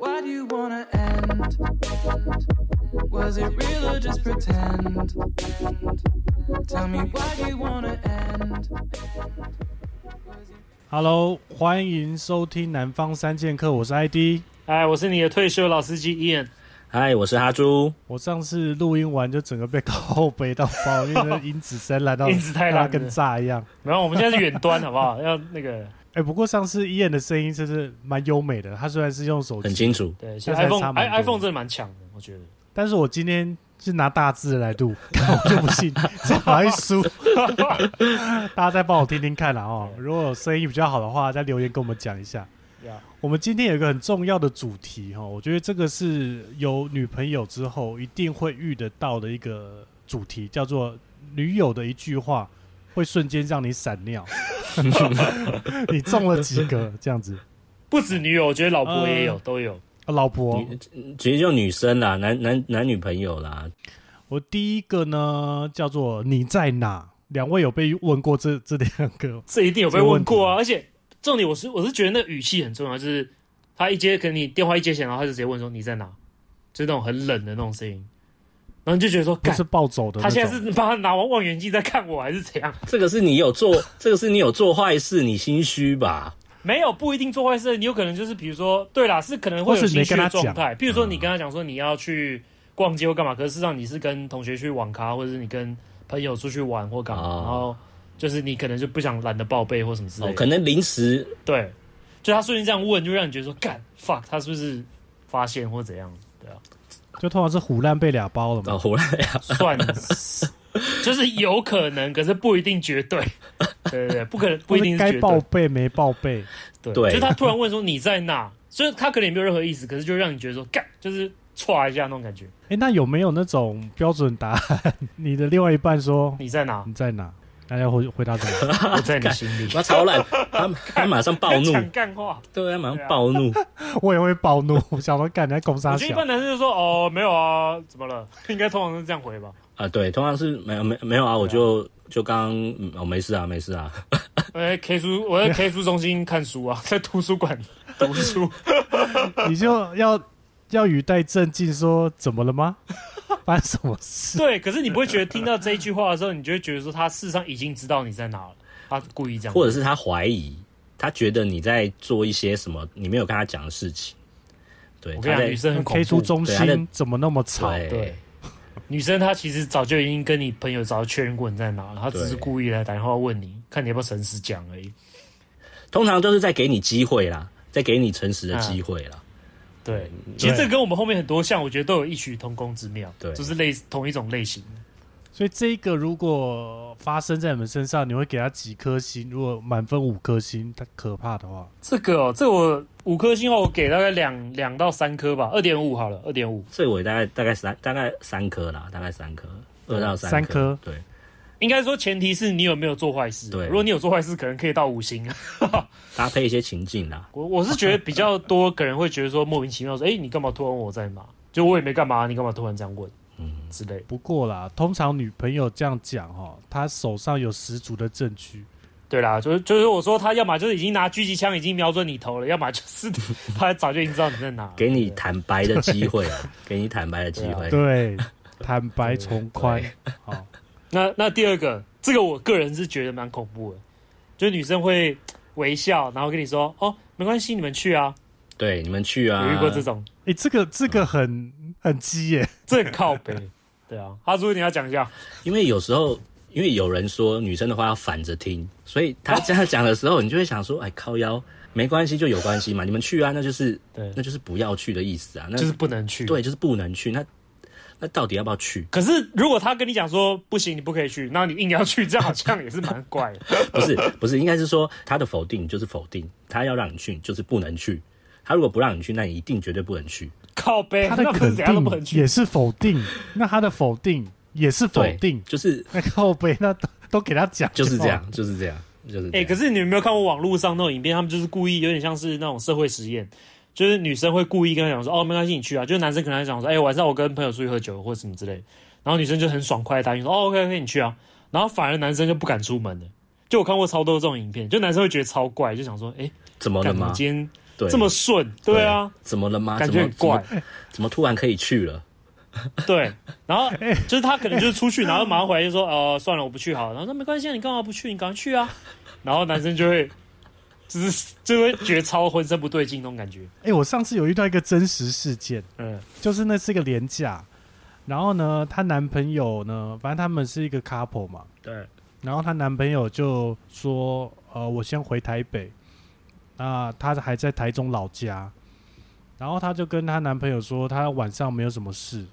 how'd you wanna end? Was it real or just pretend? Tell me why'd you wanna end? Hello，欢迎收听《南方三剑客》，我是 ID。哎，我是你的退休老司机 Ian。嗨，我是哈猪。我上次录音完就整个被靠背到爆，因为那音质实在烂到 音质太烂大了家跟炸一样。然后我们现在是远 端，好不好？要那个哎、不过上次伊恩的声音真是蛮优美的，他虽然是用手很机，清楚，对，其实那才差 iPhone 蛮 i 多的 iPhone 真的蛮强的，我觉得。但是我今天是拿大字来录，我就不 信这还输。 大家再帮我听听看啦哦，如果声音比较好的话，再留言跟我们讲一下。 Yeah 我们今天有一个很重要的主题哈、哦，我觉得这个是有女朋友之后一定会遇得到的一个主题，叫做女友的一句话会瞬间让你闪尿。 你中了几个这样子？不止女友，我觉得老婆也有，嗯都有。啊老婆，你其实就女生啦，男男男女朋友啦，我第一个呢叫做你在哪？两位有被问过这这两个？这一定有被问过啊！而且重点，我是我是觉得那语气很重要，就是他一接，可能你电话一接起来，然后他就直接问说你在哪，就那种很冷的那种声音，然后你就觉得说，不干是，暴走的那他种。现在是把他拿完望远镜在看我，还是怎样？这个是你有 做，这个是你有做坏事，你心虚吧？没有，不一定做坏事，你有可能就是比如说，对啦，是可能会或有是你没心跟虚他讲的嗯状态，譬如说你跟他讲说你要去逛街或干嘛，可是事实上你是跟同学去网咖，或者是你跟朋友出去玩或啊干嘛，哦然后就是你可能就不想懒得报备或什么之类哦，的，可能临时对，就他瞬间这样问，就让你觉得说干 fuck，他是不是发现或怎样？对啊，就通常是虎烂被俩包了嘛。哦，胡来 啊，算 就是有可能，可是不一定绝对。对对对，不可能，不一定或 是是该绝报对。备没报备，对，对就是他突然问说你在哪，所以他可能也没有任何意思，可是就让你觉得说干，就是歘一下那种感觉。哎，那有没有那种标准答案？你的另外一半说你在 哪？你在哪？大家回回答什 么？我在你心里。他超懒，他他马上暴怒， 讲干话。对，他马上暴 怒，我也会暴怒，我想说干人家攻我杀觉得一小般，男生就说哦没有啊，怎么了？应该通常是这样回吧。啊，对，通常是没有没没有啊，我就就刚嗯哦没事啊，没事嗯啊，我在哎 K 书，我 在 K 书中心看书啊， 在图书馆读书。你就要要语带镇静说怎么了 吗？发生什么事？ 对，可是你不会觉得听到这一句话的时候，你就会觉得说他事实上已经知道你在哪了，他故意这样，或者是他怀疑，他觉得你在做一些什么你没有跟他讲的事情，对，我跟他你讲，在女生很恐 K 怖。出中对他在心怎么那么吵？对对，女生她其实早就已经跟你朋友早就确认过你在哪了，她只是对故意来打电话问你，看你要不要诚实讲而已。通常就是在给你机会啦，在给你诚实嗯的机会啦。对，其实这跟我们后面很多项，我觉得都有异曲同工之妙，对就是类似同一种类型。所以这一个如果发生在你们身上，你会给他几颗星？如果满分五颗星，他可怕的话，这个哦，这我五颗星后，我给大概两两到三颗吧，二点五好了，二点五这我大概大概三大概三颗啦，大概三颗，二到三三颗对，应该说前提是你有没有做坏事。对如果你有做坏事，可能可以到五星。啊搭配一些情境啦。我我是觉得比较多个人会觉得说莫名其妙说，哎、你干嘛突然问我在哪？就我也没干嘛，你干嘛突然这样问？嗯，之类的。不过啦，通常女朋友这样讲哈，她手上有十足的证据，对啦，就是就是我说他要么就是已经拿狙击枪已经瞄准你头了，要么就是 他早就已经知道你在哪了。给你坦白的机会啊， 给你坦白的机会。啊对，坦白从宽，好，那那第二个，这个我个人是觉得蛮恐怖的，就是女生会微笑，然后跟你说哦没关系，你们去啊。对，你们去我啊。遇过这 种，诶，这个这个很很鸡耶，这很靠北。对啊，阿朱你要讲一下，因为有时候，因为有人说女生的话要反着听，所以他这样讲的时候，你就会想说，哎，靠腰，没关系就有关系嘛，你们去啊，那就是对，那就是不要去的意思啊，那就是不能去。，对，就是不能去，那那到底要不要去？可是如果他跟你讲说不行，你不可以去，那你硬要去，这样好像也是蛮怪的。 不是不是，应该是说他的否定就是否定，他要让你去就是不能去，他如果不让你去，那你一定绝对不能去。靠背，她的哎那不肯是怎样都不定能去啊也。是否 定，那她的否定也是否对定，就是那靠背那都都给她讲好，就是这样，就是这样，就是这哦哎、样。可是你有没有看过网络上那种影片？他们就是故意有点像是那种社会实验，就是女生会故意跟他讲说：“哦，没关系，你去啊。”就是男生可能会讲说：“哎、晚上我跟朋友出去喝酒或什么之类。”然后女生就很爽快地答应说：“哦，OK OK，你去啊。”然后反而男生就不敢出门了。就我看过超多这种影片，就男生会觉得超怪，就想说：“哎、怎么了干嘛哦吗？今天对这么顺，对啊，，怎么了吗？感觉很怎么怪，怎么怎么突然可以去了？对，然后就是他可能就是出去，然后马上回来就说，呃，算了，我不去好了。然后说没关系，啊，你干嘛不去？你赶快去啊。然后男生就会，就是就会觉得超浑身不对劲那种感觉。哎、我上次有遇到一个真实事件，嗯就是那是一个廉价，然后呢，她男朋友呢，反正他们是一个 couple 嘛， 对。然后她男朋友就说：“呃，我先回台北，那、她还在台中老家。”然后她就跟她男朋友说，她晚上没有什么事。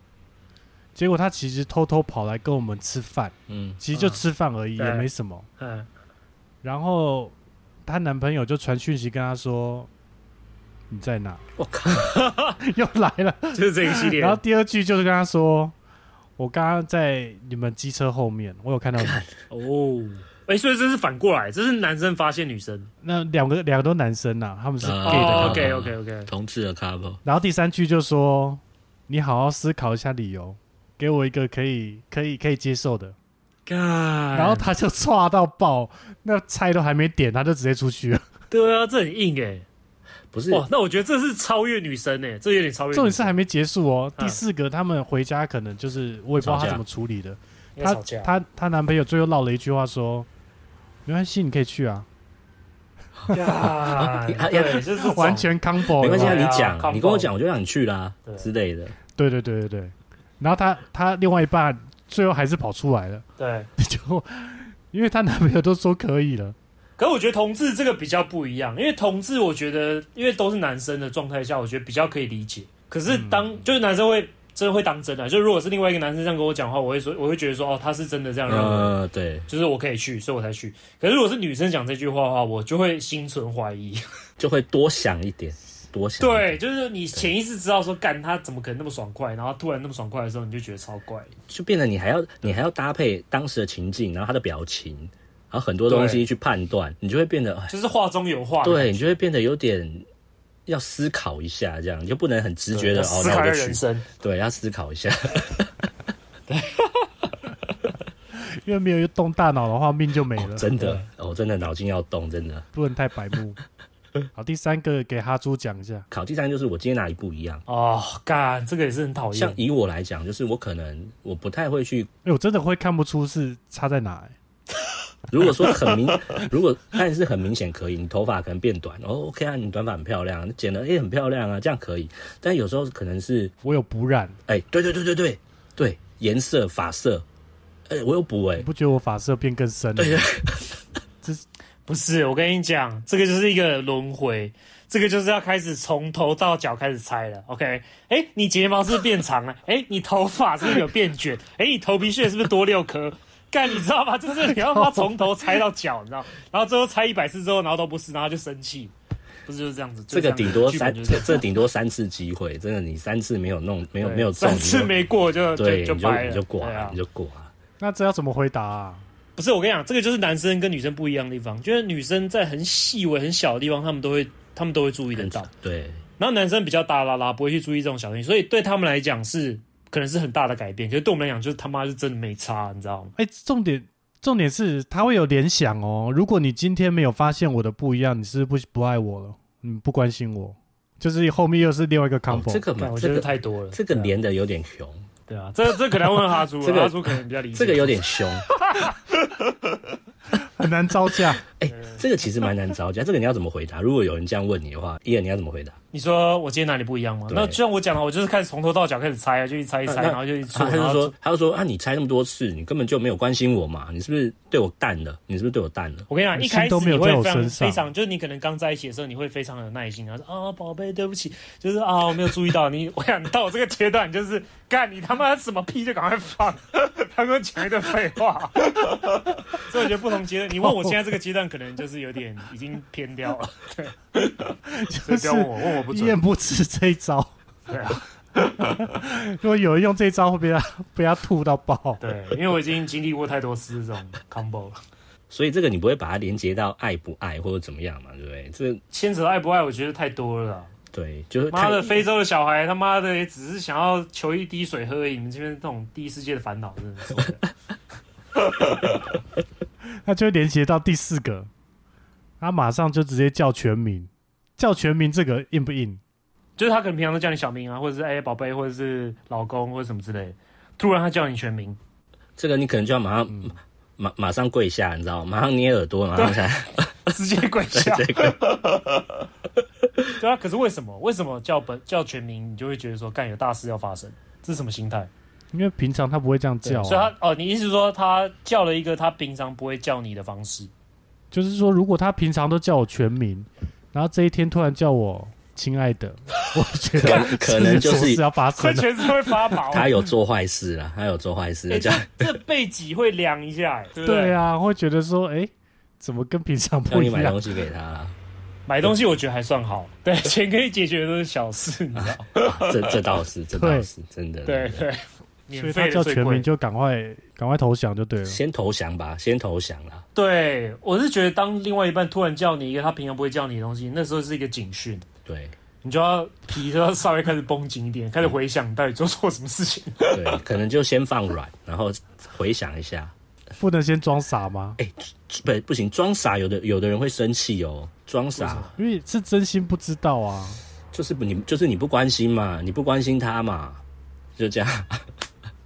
结果她其实偷偷跑来跟我们吃饭，嗯，其实就吃饭而已，对也没什么。嗯， 然后她男朋友就传讯息跟她说：“你在哪？”我靠， 又来 了。就是这一系列然后第二句就是跟她说：“我刚刚在你们机车后面，我有看 到你。”哦，哎、所以这是反过来，这是男生发现女生。那两个两个都男生呐、他们是 gay 的啊 couple、哦，OK OK OK，同志的 couple，然后第三句就说：“你好好思考一下理由，给我一个可以可以可以接受的。”然哎然后他就 刷到爆，那菜都还没点，他就直接出去了。对啊，这很硬哎、不是哇，那我觉得这是超越女生哎、这有点超越女生。重点是还没结束哦。嗯第四个，他们回家可能就是我也不知道吵他架怎么处理的。应该她吵架，她她男朋友最后唠了一句话说：“没关系，你可以去啊。 干啊对，就是这”种完全 combo 没关系啊，了吧对你啊讲， couple 你跟我讲，我就让你去啦对之类的。对对对对对。然后她她另外一半最后还是跑出来了。 对。就因为她男朋友都说可以了，可是我觉得同志这个比较不一样，因为同志我觉得因为都是男生的状态下，我觉得比较可以理解。可是当、嗯就是男生会真的会当真的、就如果是另外一个男生这样跟我讲的话，我会说我会觉得说哦他是真的这样认为，呃，对，就是我可以去，所以我才去。可是如果是女生讲这句话的话，我就会心存怀疑。 就会多想一点，多想一对，点，就是你潜意识知道说干他怎么可能那么爽快，然后突然那么爽快的时候，你就觉得超怪。就变得你还要你还要搭配当时的情境，然后他的表情，然后很多东西对去判断，你就会变得，哎就是话中有话。对你就会变得有点要思考一下，这样你就不能很直觉的要哦，思那考一下我就人去，生。对，要思考 一下，因为没有动大脑的话，命就没啊了，真的，哦，真的脑筋要动，真的。不能太白目。 好，第三个给哈猪讲一下，考第三就是我今天哪里不一样。哦，干，这个也是很讨像厌。以我来讲，就是我可能我不太会去。哎、我真的会看不出是差在哪、欸。如果说很明， 如果但是很明显可以，你头发可能变短，哦，OK 啊，你短发很漂亮，你剪得也、很漂亮啊，这样可以。但有时候可能是，我有补染，哎、对对对对对对，颜色、发色，哎、我有补哎、你不觉得我发色变更深了？对啊不是，我跟你讲，这个就是一个轮回，这个就是要开始从头到脚开始猜了。OK，哎、你睫毛是不是变长了？ 哎、你头发是不是有变卷？哎、你头皮屑是不是多六颗？干，你知道吗？就是你要把它从头猜到脚，你知道？然后最后猜一百次之后，然后都不是，然后就生气，不是就是这样子？这个顶多三，次，这顶多三次机会，真的，你三次没有弄，没有对没有中，三次你就没过就对，就你掰就了，你就挂对了，啊你就挂了。那这要怎么回答、啊？不是，我跟你讲，这个就是男生跟女生不一样的地方，就是女生在很细微、很小的地方，他们都会，他们都会注意得到。对，然后男生比较大啦啦，不会去注意这种小东西，所以对他们来讲是可能是很大的改变，可是对我们来讲就是他妈是真的没差，你知道吗？哎、重点重点是他会有联想哦。如果你今天没有发现我的不一样，你是不是不不爱我了，你不关心我，就是后面又是另外一个哦 combo、，这个嘛干，我觉这得个太多了，这个对啊连的有点熊，对啊，这这可能要问哈猪，这个哈猪可能比较理解。这个有点凶。很难招 架。哎、这个其实蛮难招架，这个你要怎么回答？如果有人这样问你的话，伊人你要怎么回答？你说我今天哪里不一样吗？对那就像我讲的，我就是开始从头到脚开始猜啊，就一猜一猜，那然后就一他错，他然就后说，他就说啊，你猜那么多次，你根本就没有关心我嘛，你是不是对我淡了？你是不是对我淡了？我跟你讲，你一开心始都没有你在会我非身常上非常，就是你可能刚在一起的时候，你会非常有耐心，然后说啊，宝贝，对不起，就是啊，我没有注意到你。我想你到我这个阶段，你就是干你他妈什么屁就赶快放， 他跟我讲一堆废话。 所以我觉得不同阶段，你问我现在这个阶段，可能就是有点已经偏掉 了。就所以不是要问我，问我不一准。言不吃这一招。 对啊，如果有人用这一招，会被他被他吐到爆。对，因为我已经经历过太多次这种 combo 了。所以这个你不会把它连接到爱不爱或者怎么样嘛，对不对？这牵扯到爱不爱，我觉得太多了啦。对，就是妈太的，非洲的小孩他妈的也只是想要求一滴水喝而已。你们这边这种第一世界的烦恼，真的是受不了。那就会连接到第四个，他马上就直接叫全名，叫全名这个硬不硬？就是他可能平常都叫你小名啊，或者是哎宝贝，或者是老公，或者什么之类的。突然他叫你 全名，这个你可能就要马上、嗯马马上跪下，你知道吗？马上捏耳朵，马上想直接跪 下。这个对啊，可是为什么？为什么叫本叫全名，你就会觉得说干有大事要发生？这是什么心态？因为平常他不会这样对叫、所以啊，他哦，你意思是说他叫了一个他平常不会叫你的方 式？就是说，如果他平常都叫我全名，然后这一天突然叫我亲爱的， 我觉得可可能就这什么是事要发这生了。全是啊会 发毛。他有做坏事啦，他有做坏事，哎这这样这背脊会凉一下，哎对不对啊，会觉得说，哎、怎么跟平常让不你一买样东？西给他啦。买东西我觉得还算好，对，钱可以解决的都是小事，你知 道？这这倒 是，这倒是真的。对真的对，所免以他费叫的最全名贵。就赶快赶快投降就对了。先投降吧，先投降啦。对，我是觉得当另外一半突然叫你一个他平常不会叫你的东西，那时候是一个警讯，对你就要皮就要稍微开始绷紧一点，开始回想到底做错什么事情。对，可能就先放软，然后回想一下。哎不能先装傻吗？不不行，装傻有的有的人会生气哦，装为什傻么因为是真心不知道啊。就是不你就是你不关心嘛，你不关心他嘛，就这样。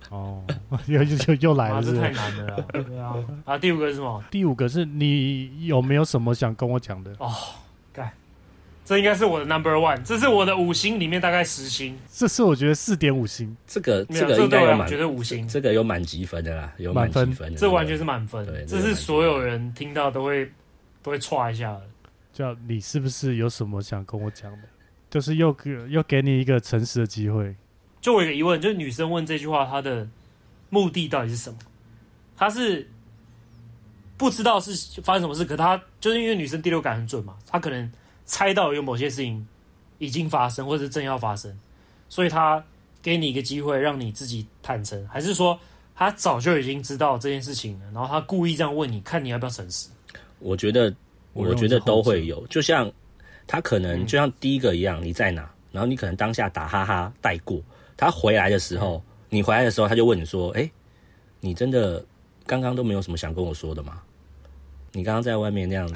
哦， 又又又又来啊，了是这不太是。难了啦。对啊，啊，第五个是什么？第五个是你有没有什么想跟我讲的？这应该是我的 number one，这是我的五星里面大概十星，这是我觉得四点五星，这个没有，这个这应对我该来有讲满绝，对五星，这个有满积分的啦，有满积分的。这完全是满分这对，这个是满所有人听到都会都会歘一下的。叫你是不是有什么想跟我讲的？就是又给又给你一个诚实的机会。就我有一个疑问，就是女生问这句话，她的目的到底是什么？她是不知道是发生什么事，可她就是因为女生第六感很准嘛，她可能猜到有某些事情已经发生，或者是正要发生，所以她给你一个机会，让你自己坦诚，还是说她早就已经知道这件事情了，然后她故意这样问你，看你要不要诚实？我觉得我我认为觉得是后都者会有，就像他可能嗯就像第一个一样，你在哪，然后你可能当下打哈哈带过，他回来的时候，你回来的时候他就问你说，哎、你真的刚刚都没有什么想跟我说的吗？你刚刚在外面那 样子，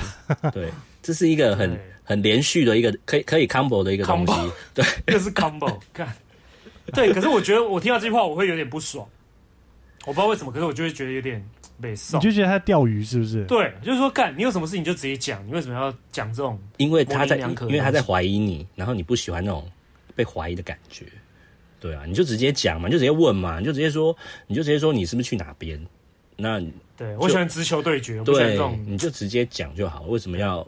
对，这是一个很对很连续的一个可以可以 combo 的一个东西 combo 对，这是 combo，看。对，可是我觉得我听到这句话，我会有点不爽，我不知道为什么，可是我就会觉得有点被你送。就觉得他钓鱼是不是？对，就是说，干，你有什么事情就直接讲，你为什么要讲这种？因为他在模棱两可的因为他东在西怀疑你，然后你不喜欢那种被怀疑的感觉，对啊，你就直接讲嘛，你就直接问嘛，你就直接说，你就直接说你是不是去哪边？那对我喜欢直球对决，我不喜欢这对，种。嗯你就直接讲就好，为什么要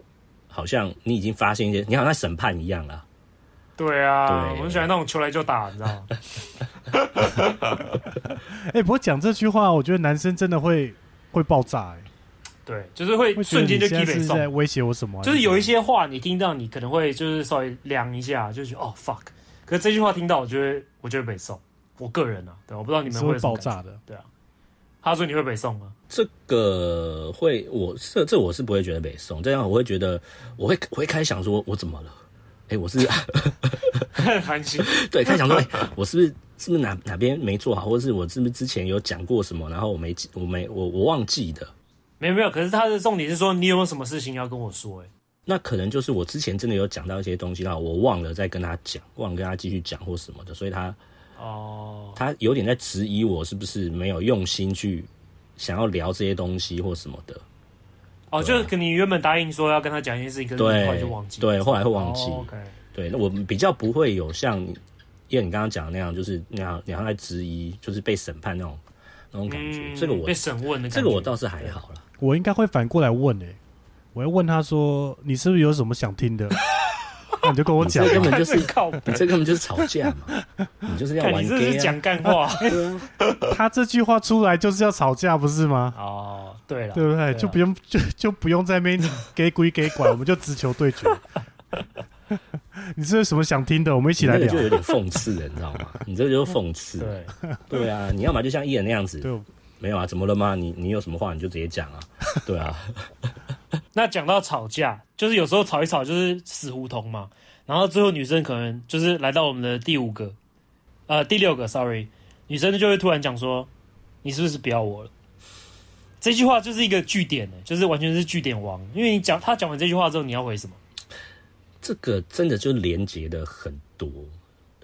好像你已经发现一些，你好像审判一样啊啦。对啊，对我很喜欢那种球来就打，你知道吗？哎、不过讲这句话，我觉得男生真的会会爆炸、欸， 对，就是会会觉得瞬间就你现击在北是在送。威胁我什么啊、就是有一些话你听到，你可能会就是稍微凉一下，就觉得哦 fuck。可是这句话听到，我就会我就会北送。我个人啊，对，我不知道你你们是会有会什么爆感觉。炸的。他说你会北送吗？这个会，我这这我是不会觉得北宋，这样我会觉得我会我会开始想说，我怎么了？哎、我是 很寒 心。对，开始想说，哎、我是不是是不是哪哪边没做好，或者是我是不是之前有讲过什么，然后我没记我没我我忘记的，没有没有，可是他的重点是说你有没有什么事情要跟我说、欸？那可能就是我之前真的有讲到一些东西，然后我忘了再跟他讲，忘了跟他继续讲或什么的，所以他哦，他有点在质疑我是不是没有用心去想要聊这些东西或什么的，啊哦，就是可能你原本答应说要跟他讲一件事情，可是你很快对就忘记，，对，后来会忘记，哦、OK，对，那我们比较不会有像你，因为你刚刚讲的那样，就是那样你好像在质疑，就是被审判那种那种感觉，嗯，这个我被审问的感觉，这个我倒是还好啦。我应该会反过来问诶、我要问他说：“你是不是有什么想听的？” 那你就跟我讲你这嘛根。本就是 靠北你这根本就是吵架 嘛，你就是要看玩你这是 gay 啊，讲干 话对啊他这句话出来就是要吵架，不是吗？哦，对了，对不对？啊就不用就就不用在那边给鬼给拐，我们就直球对决。 你是有什么想听的？我们一起你来这个聊就。有点讽刺了，你知道吗？你这个就是讽刺，对，对啊，你要么就像艺人那样子，对，没有啊，怎么了吗？你你有什么话你就直接讲 啊，对啊，那讲到吵架，就是有时候吵一吵就是死胡同嘛，然后最后女生可能就是来到我们的第五个，呃，第六个，sorry，女生就会突然讲说，你是不是不要我了？这句话就是一个据点、欸，就是完全是据点王，因为你讲他讲完这句话之后，你要回什么？这个真的就连接的很多。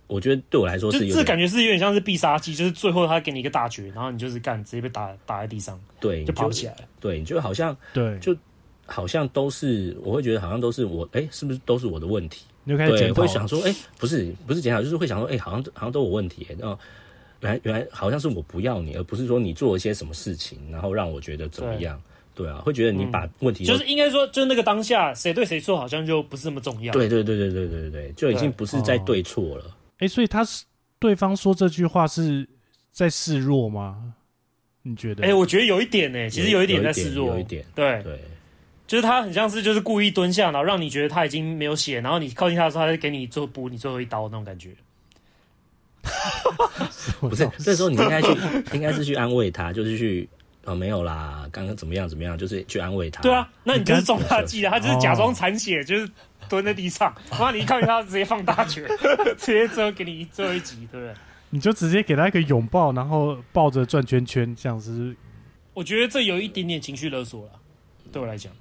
我觉得对我来说就是有这点感觉是有点像是必杀技，就是最后他给你一个大绝，然后你就是干直接被打打在地上，对，你就爬不起来了。对，你就好像对，就好像都是，我会觉得好像都是我，哎、是不是都是我的问题？你就开始对，检讨会，想说，哎、不是不是检讨，就是会想说，哎、好像好像都有问题、哎哦，原来原来好像是我不要你，而不是说你做了些什么事情，然后让我觉得怎么样？对啊，会觉得你把问题嗯都、就是应该说，就是那个当下谁对谁错好像就不是那么重要。对对对对对对对对，就已经对不是在哦对错了。哎，所以他是对方说这句话是在示弱吗？你觉得？ 哎、我觉得有一点呢、其实有有一点在示弱，有一点对，对就是他很像是就是故意蹲下，然后让你觉得他已经没有血，然后你靠近他的时候，他就给你做补你最后一刀那种感觉。 不是，这时候你应该去，应该是去安慰他，就是去哦，没有啦，刚刚怎么样怎么样，就是去安慰他。对啊，，那你就是中大忌啊了，他就是假装残血，就是蹲在地上，妈你一靠近他直接放大拳， 直接最后给你最后一击，对不对？你就直接给他一个拥抱，然后抱着转圈圈，这样子。我觉得这有一点点情绪勒索了，对我来讲，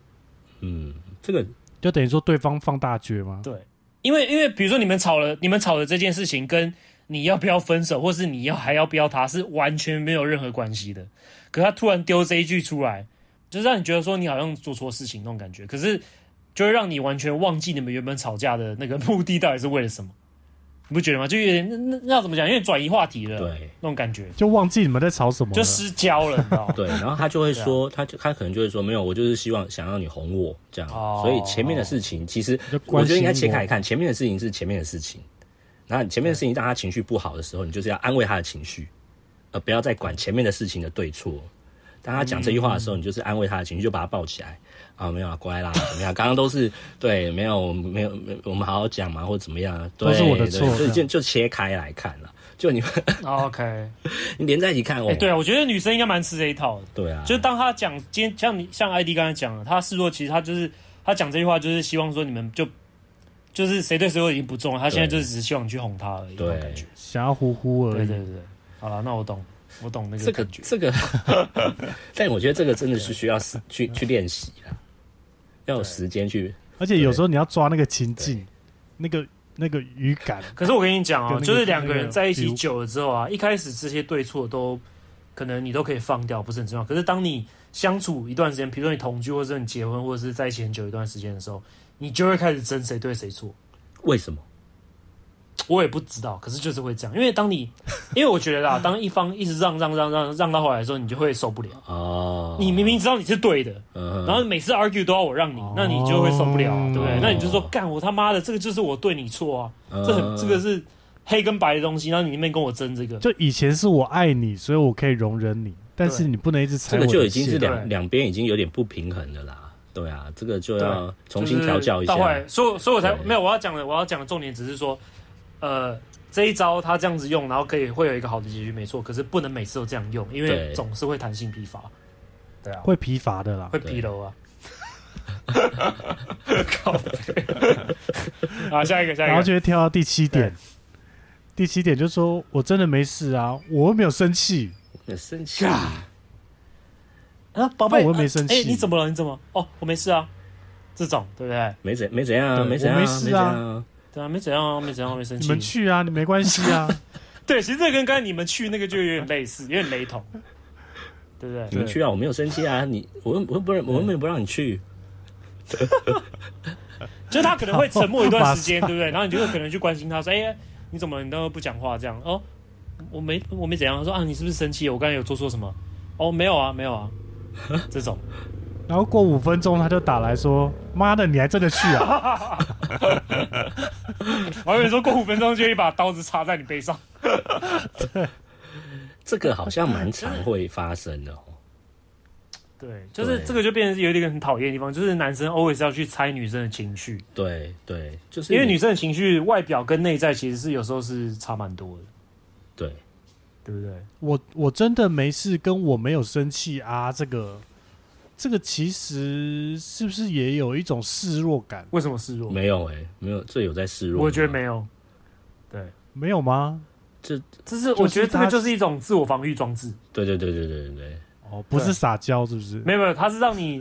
嗯，这个就等于说对方放大绝吗？对，因为因为比如说你们吵了，你们吵的这件事情跟你要不要分手，或是你要还要不要他，是完全没有任何关系的。可他突然丢这一句出来，就让你觉得说你好像做错事情那种感觉，可是就会让你完全忘记你们原本吵架的那个 目的到底是为了什么，你不觉得吗？就有点那那那要怎么讲？有点转移话题了，对那种感觉就忘记你们在吵什么了。就失焦了，你知道 吗？对，然后 他就会对啊说，他就他可能就会说，没有，我就是希望想要你哄我这样。哦所以前面的事情，其实就我关觉心得应该切开来看，前面的事情是前面的事情，然后你前面的事情让他情绪不好的时候，你就是要安慰他的情绪，呃，不要再管前面的事情的对错。当他讲这句话的嗯时候，你就是安慰他的情绪，就把他抱起来啊，没有啊，乖啦，怎么样？刚刚都是对，没有，没有，没有，我们好好讲嘛，或怎么样啊？对都是我的对错就这就样就切开来看了，就你们 OK，哎、你连在一起看哦，哎对啊，我觉得女生应该蛮吃这一套的。对啊，就是当他讲今天像你像 ID 刚才讲了，他示弱其实他就是他讲这句话就是希望说你们就就是谁对谁错已经不重要，他现在就是只是希望你去哄他而已，那对种感觉。想要呼呼而对已。对对，对好了，那我懂，我懂那这个个感觉。这个， 但我觉得这个真的是需要时去去练习啊，要有时间去。而且有时候你要抓那个情境，那个那个语感，可是我跟你讲哦、跟那个就是两个人在一起久了之后啊，一开始这些对错都可能你都可以放掉，不是很重要。可是当你相处一段时间，比如说你同居，或者是你结婚，或者是在一起很久一段时间的时候，你就会开始争谁对谁错。为什么？我也不知道，可是就是会这样，因为当 你，因为我觉得啦，当一方一直让让让让让到后来的时候，你就会受不了。哦，你明明知道你是对的，嗯然后每次 argue 都要我让你，那你就会受不了啊、对不对哦？那你就说干我他妈的，这个就是我对你错啊，嗯这很这个是黑跟白的东西，然后你那边跟我争这个，就以前是我爱你，所以我可以容忍你，但是你不能一直踩这我的个就已经是线两对两边已经有点不平衡的啦。对啊，这个就要对重新调教一就是到后下来，。所以所以我才对没有我要讲的，我要讲的重点只是说，呃，这一招他这样子用，然后可以会有一个好的结局，没错。可是不能每次都这样用，因为对总是会弹性疲乏。对啊，会疲乏的啦。会疲劳啊。 靠背！ 好，下一个，下然后一个。就会跳到第七点对，第七点就说我真的没事啊，我又没有生气，很生气，啊，宝那我会没生气哎、你怎么了？你怎么？哦，我没事啊。这种对不对？没怎没怎样啊，对没怎样啊，我没没事啊怎样啊。对啊，没怎样啊，没怎样啊，没生你们气。去啊，你没关系啊。对，其实这跟刚才你们去那个就有点类似， 有点雷同，对不对？你们去啊，我没有生气啊，你我又我又不让，我又没有不让你去。就是他可能会沉默一段时 间，对不对？然后你就会可能去关心他说：“哎、你怎么你都不讲话这样？”哦，我没我没怎样。他说：“啊，你是不是生气？我刚才有做错什么？”哦，没有啊，没有啊。这种然后过五分钟他就打来说：“妈的，你还真的去啊我还以为说过五分钟就一把刀子插在你背上。这个好啊像蛮常会发生的哦。对，就是对这个就变成有一个很讨厌的地方，就是男生 always 要去猜女生的情绪，对对，就是因为你女生的情绪外表跟内在其实是有时候是差蛮多的，对对不对？我我真的没事，跟我没有生气啊。”这个这个其实是不是也有一种示弱感？为什么示弱？没有哎，没有，这有在示弱吗。我觉得没有。对，没有吗？这是就是我觉得这他个就是一种自我防御装置，对。对对对对对对哦，不是对撒娇是不是？ 没有没有，他是让你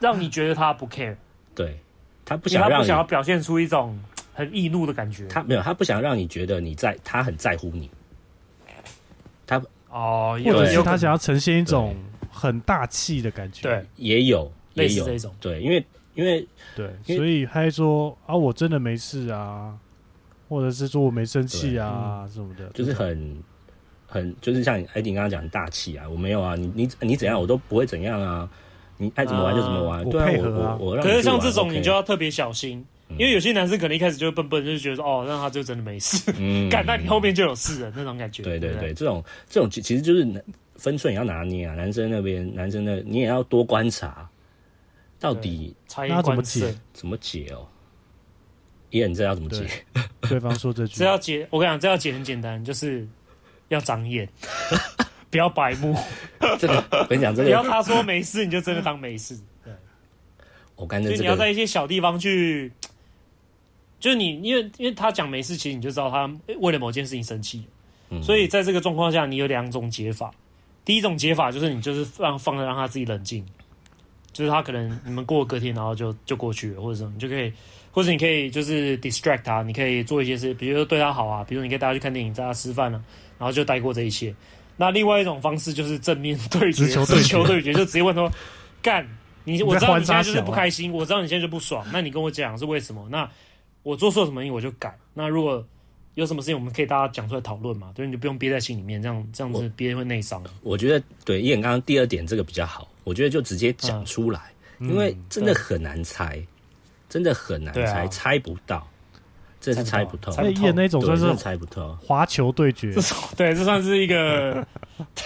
让你觉得他不 care，对，他不因为想他让不你想要表现出一种很易怒的感觉。他没有，他不想让你觉得你在，他很在乎你。哦，或有者对是有他想要呈现一种很大气的感觉。对也有，也类似有这种对，因为因为对，因为所以他还说啊，我真的没事啊，或者是说我没生气嗯啊什么的，就是很很就是像艾迪刚刚讲很大气啊，我没有啊，你你你怎样我都不会怎样啊，你爱怎么玩就怎么玩，我对啊，配合啊我我我让你可是去玩像这种 OK 嗯你就要特别小心，因为有些男生可能一开始就笨笨，就觉得说哦，那他就真的没事，嗯 干，那你后面就有事了那种感觉。对对对不对，，这种这种其其实就是男分寸也要拿捏啊，男生那边男生那你也要多观察，到底察那言怎么观色解，怎么解哦。也你知道要怎么解对，对方说这句这，要解，我跟你讲，这要解很简单，就是要长眼， 不要白目，这个 我跟你讲，这不要个他说没事你就真的当没事。我感所觉以这你要在个一些小地方去，就是你因为因为他讲没事，其实你就知道他为了某件事情生气。嗯所以在这个状况下，你有两种解法。第一种解法就是你就是放放着让他自己冷静，就是他可能你们过隔天，然后就就过去了，或者什么，你就可以，或者你可以就是 distract 他，你可以做一些事，比如说对他好啊，比如你可以带他去看电影，带他吃饭啊，然后就带过这一切。那另外一种方式就是正面 对决，直球对直决球对决，就直接问他说干。你我知道你现在就是不你在欢杀小啊开心，我知道你现在就不爽，那你跟我讲是为什么？那我做错什么事情我就改。那如果有什么事情我们可以大家讲出来讨论嘛，对，你就不用憋在心里面，这样这样子憋会内伤。我觉得对叶刚刚第二点这个比较好，我觉得就直接讲出来，嗯因为真的很难猜，真的很难对猜，啊猜不到，这是猜猜不不透到，那不透哎演那种对算真的是猜不透。滑球对决，对，这算 是一个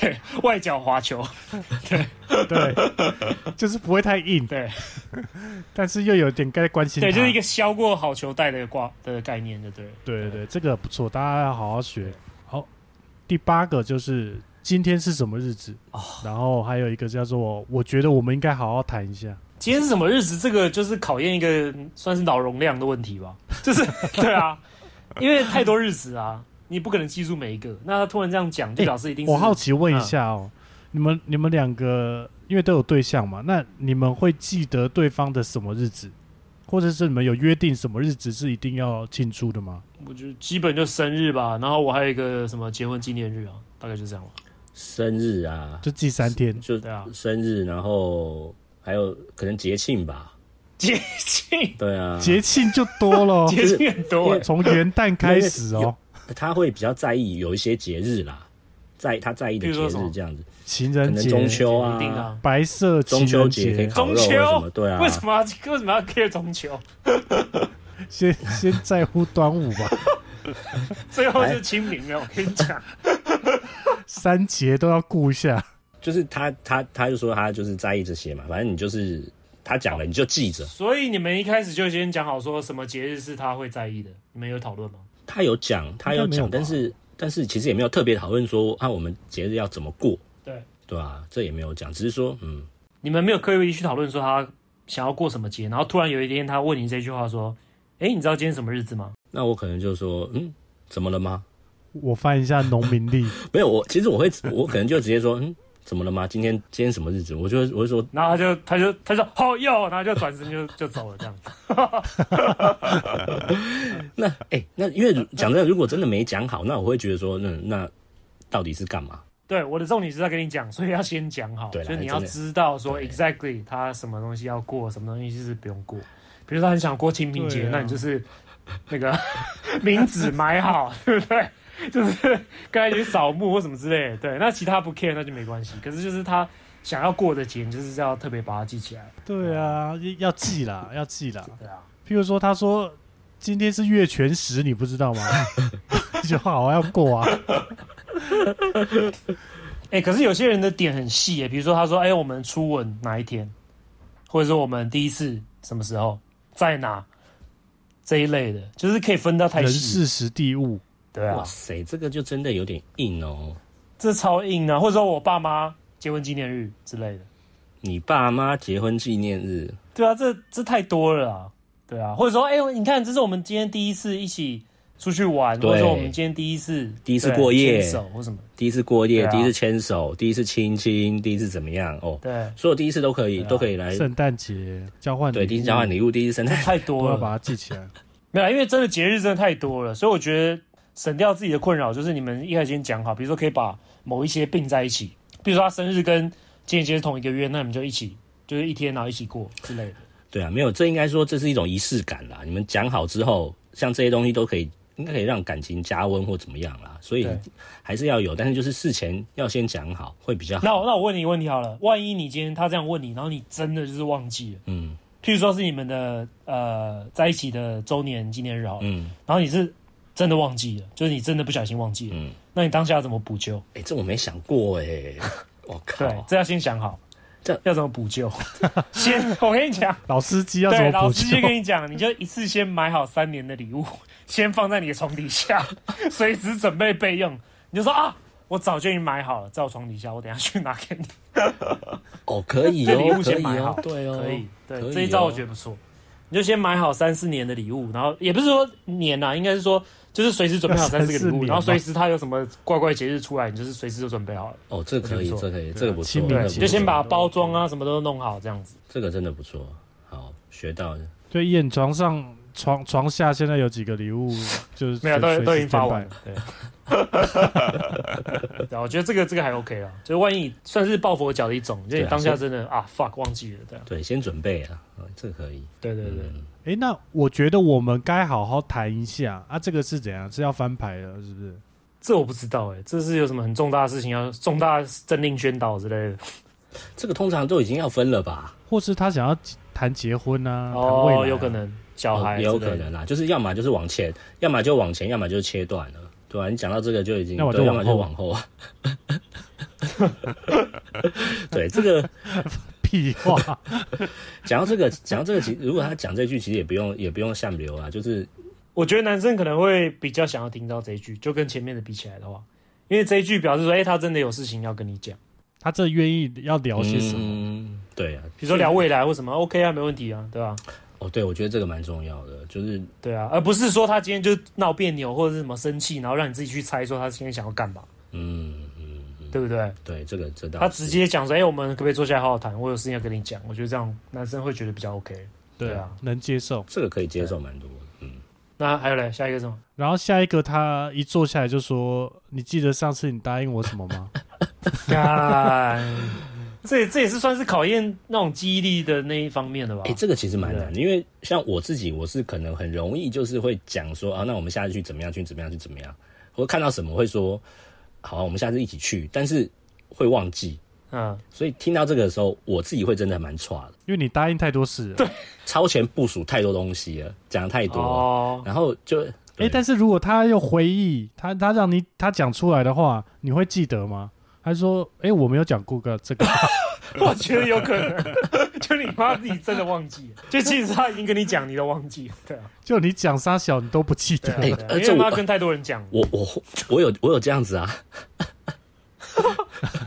对外角滑球，对，就是不会太硬，对 但是又有点该关心他。 对，就是一个削过好球带的挂的概念，就对了。对对对，这个不错，大家要好好学。好，第八个就是今天是什么日子，哦然后还有一个叫做我觉得我们应该好好谈一下。今天是什么日子？这个就是考验一个算是脑容量的问题吧，就是对 啊，因为太多日子啊，你不可能记住每一个。那他突然这样讲，就表示一定是、我好奇问一下哦，你们你们两个因为都有对象嘛，那你们会记得对方的什么日子，或者是你们有约定什么日子是一定要庆祝的吗？我就基本就生日吧，然后我还有一个什么结婚纪念日啊，大概就这样吧。生日啊，就记三天，就对啊生日，然后还有可能节庆吧，节庆，对啊，节庆就多了 哦，节庆很多、欸，从元旦开始因为哦，他会比较在意有一些节日啦，在他在意的比如节说什么日这样子，情可人能中节、秋一定的、啊啊，。白色情中秋人节可以节，烤肉啊中秋什么，对啊，为什么要为什么要 care 中 秋？先先在乎端午吧。 最后是清明了，我跟你讲，三节都要顾一下。就是他他他就说他就是在意这些嘛，反正你就是他讲了你就记着，所以你们一开始就先讲好说什么节日是他会在意的，你们有讨论吗？他有讲他有应该没有讲，吧但是但是其实也没有特别讨论说啊我们节日要怎么过，对，对吧、啊？这也没有讲，只是说嗯你们没有刻意去讨论说他想要过什么节，然后突然有一天他问你这句话说：“哎，你知道今天什么日子吗那我可能就说嗯怎么了吗？我翻一下农民 历，没有，我其实我会，我可能就直接说，嗯，怎么了吗？今天今天什么日子？我就会我会说，？”然后他就他就他就说好哟，然后就转身就就走了这样。那哎、那因为讲真的，如果真的没讲好，那我会觉得说，那嗯那到底是干嘛？对，我的重点是在跟你讲，所以要先讲好，对啦就是你要真的知道说对 exactly 他什么东西要过，什么东西是不用过。比如说他很想过清明节，对啊那你就是那个 名字买好， 对不对？就是刚才去扫墓或什么之类的，对。那其他不 care 那就没关系。可是就是他想要过的节，你就是要特别把它记起来，对啊，要记啦，要记啦。对啊。譬如说，他说今天是月全食，你不知 道吗？就好要过啊，哎、可是有些人的点很细耶，比如说他说，哎、我们初吻哪一天，或者说我们第一次什么时候，在哪这一类的，就是可以分到 太人细。事时地物，对啊哇，塞，这个就真的有点硬哦。这超硬啊！或者说我爸妈结婚纪念日之类的。你爸妈结婚纪念日，对啊，这这太多了啊！对啊，或者说，哎、呦，你看，这是我们今天第一次一起出去玩，对或者说我们今天第一次第一次对过夜牵手或什么，第一次过夜，对啊第一次牵手，第一次亲亲，第一次怎么样？哦，对，所有第一次都可以，对啊都可以来。圣诞节交换对，第一次交换物礼物，第一次圣诞， 太都多要了。把它记起 来。没有啊啦，因为真的节日真的太多了，所以我觉得省掉自己的困扰，就是你们一开始先讲好，比如说可以把某一些并在一起，比如说他生日跟情人节是同一个月，那你们就一起就是一天然后一起过之 类的。对啊，没有，这应该说这是一种仪式感啦。你们讲好之后，像这些东西都可以，应该可以让感情加温或怎么样啦。所以对还是要有，但是就是事前要先讲好会比较那好。我那我问你一个问题好了，万一你今天他这样问你，然后你真的就是忘记了，嗯譬如说是你们的呃在一起的周年纪念日好了，嗯然后你是真的忘记了，就是你真的不小心忘记了，嗯，那你当下要怎么补救？哎、这我没想过哎、 我靠对，，这要先想好，这要怎么补 救？先我跟你讲。老司机要怎对，么老补师救就？跟你讲，你就一次先买好三年的礼物，先放在你的床底下，随时准备备用。你就说啊，我早就已经买好了，在我床底下，我等一下去拿给你。哦，可以 这礼哦物，可先以买好哦，对哦，可以，对，可以这一招我哦觉得不错。你就先买好三四年的礼物，然后也不是说年啊，应该是说就是随时准备好三四个礼三四物，年啊然后吗随时他有什么怪怪节日出来，你就是随时就准备好了。哦，这可以，我觉得不错这可以，对啊这个不错，亲民这个对，不你错就先把包装啊什么都弄好，这样子。这个真的不错，好学到了。对，眼床上床床下现在有几个礼物，就是没有，都随都随时已经发完 standby 了。对，对啊，我觉得这个这个还 OK 啦，就是万一算是抱佛脚的一种，就对你啊当下是真的啊 fuck 忘记了，对啊对，先准备啊，哦这个可以。对对对，嗯诶，那我觉得我们该好好谈一下啊，这个是怎样？是要翻牌了，是不是？这我不知道哎、这是有什么很重大的事情要重大政令宣导之类的？这个通常都已经要分了吧？或是他想要谈结婚啊？谈未来哦，啊有可。能小哦孩、也有可能。啦，就是要么就是往前，要么就往前，要么就切断了，对吧、啊你讲到这个就已经，要么就对要往么后就往后。啊 对，这个屁话， 讲到这个，讲到这个，其实如果他讲这句，其实也不用也不用下流啊，就是我觉得男生可能会比较想要听到这一句，就跟前面的比起来的话，因为这一句表示说，哎、他真的有事情要跟你讲，他这愿意要聊些什么？嗯，对啊，比如说聊未来或什么，OK 啊，没问题啊，对吧、哦，对，我觉得这个蛮重要的，就是对啊，而不是说他今天就闹别扭或者是什么生气，然后让你自己去猜说他今天想要干嘛，嗯嗯，对不对？对，这个这倒他是直接讲说：“哎、我们可不可以坐下来好好谈？我有事情要跟你讲。”我觉得这样男生会觉得比较 OK。对啊，能接受。这个可以接受蛮多的，嗯，那还有嘞，下一个是什么？然后下一个他一坐下来就说：“你记得上次你答应我什么吗 干，这这也是算是考验那种记忆力的那一方面的吧哎、？这个其实蛮难的，因为像我自己，我是可能很容易就是会讲说啊，那我们下次去怎么样，去怎么样，去怎么样，我会看到什么会说，好、啊，我们下次一起去，但是会忘记，嗯，所以听到这个的时候，我自己会真的蛮差的，？”因为你答应太多事了。对。超前部署太多东西了，讲得太多， 哦，然后就哎、但是如果他又回忆，他他让你他讲出来的话，你会记得吗？他说：“哎、我没有讲过个这个。 我觉得有可能，就你妈自己真的忘记了，就其实他已经跟你讲，你都忘记了，对啊，”就你讲沙小，你都不记对得。啊， 哎对啊呃因这为我妈跟太多人讲，我我我有我有这样子啊，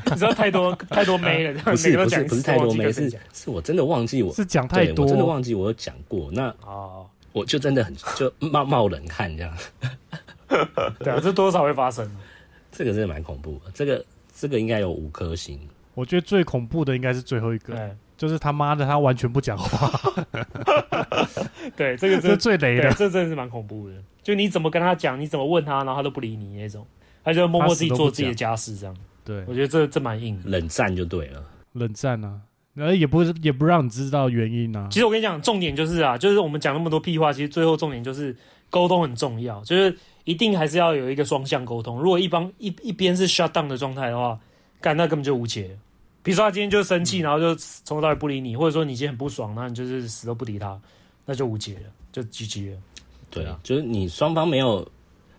你知道太多太多妹了，不 每是个不都是讲不是太多没事事，是我真的忘记我 是讲太对多，我真的忘记我有讲过，那哦，我就真的很就冒冒冷汗这样。 对啊，这多少会发生。这个真的蛮恐怖的，这个这个应该有五颗星。我觉得最恐怖的应该是最后一个，对就是他妈的他完全不讲 话，对，这个这是真最雷对的，。这真的是蛮恐怖的。就你怎么跟他讲，你怎么问他，然后他都不理你那种，他就默默自己做自己的家事这样。对我，觉得这这蛮硬的。冷战就对了。冷战啊，然后也不是也不让你知道原因啊其。实我跟你讲，重点就是啊，就是我们讲那么多屁话，其实最后重点就是沟通很重要，就是一定还是要有一个双向沟通。如果一帮一一边是 shut down 的状态的话，干那根本就无解。比如说他今天就生嗯气，然后就从头到尾不理你，或者说你今天很不爽，那你就是死都不理他，那就无解了，就 GG 了。对对啊就是你双方没有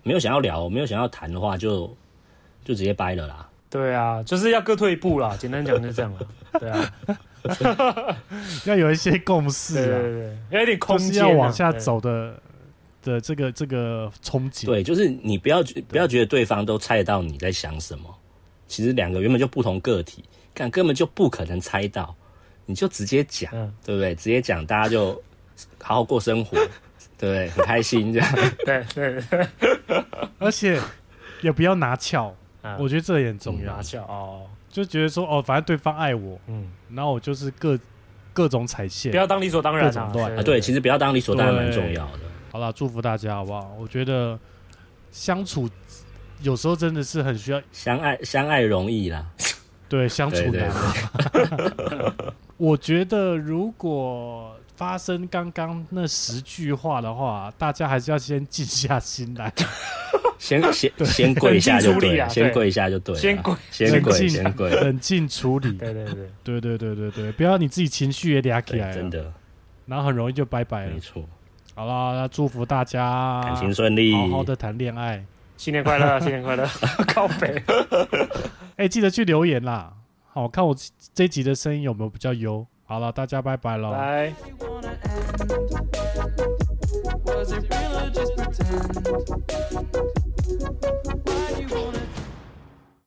没有想要聊，没有想要谈的话就，就直接掰了啦。对啊，就是要各退一步啦，简单讲就是这样啦。对啊，要有一些共对识对啊，对对，要有点空就是间啊、要往下对。走的的这个这个憧憬。对，就是你不要觉不要觉得对方都猜得到你在想什么，其实两个原本就不同个体，干根本就不可能猜到，你就直接讲，嗯对不对？直接讲，大家就好好过生活，对，很开心这样。 对对 对，而且也不要拿翘，啊我觉得这也很重要拿。翘哦，就觉得说哦，反正对方爱我，嗯，然后我就是各各种踩线不。要当理所当然啊各种乱啊，对，其实不要当理所当然蛮对重要的。好啦，祝福大家好不好？我觉得相处有时候真的是很需要相爱相爱容易啦， 对相处对对难。 我觉得如果发生刚刚那十句话的话，大家还是要先静下心来，先先先跪一下就冷静处对理了，啊先对跪一下就对了，先跪啊先跪冷静先跪，冷静处理。对对对，对对对对对，不要你自己情绪也嗲起对，来哎真了，的然后很容易就拜拜了没。错，好啦，那祝福大家感情顺利，啊好好的谈恋爱。新年快乐，新年快乐， 靠北，哎、记得去留言啦。好，看我这这集的声音有没有比较优。好了，大家拜拜喽。拜。 wanna end? Was it real or just pretend?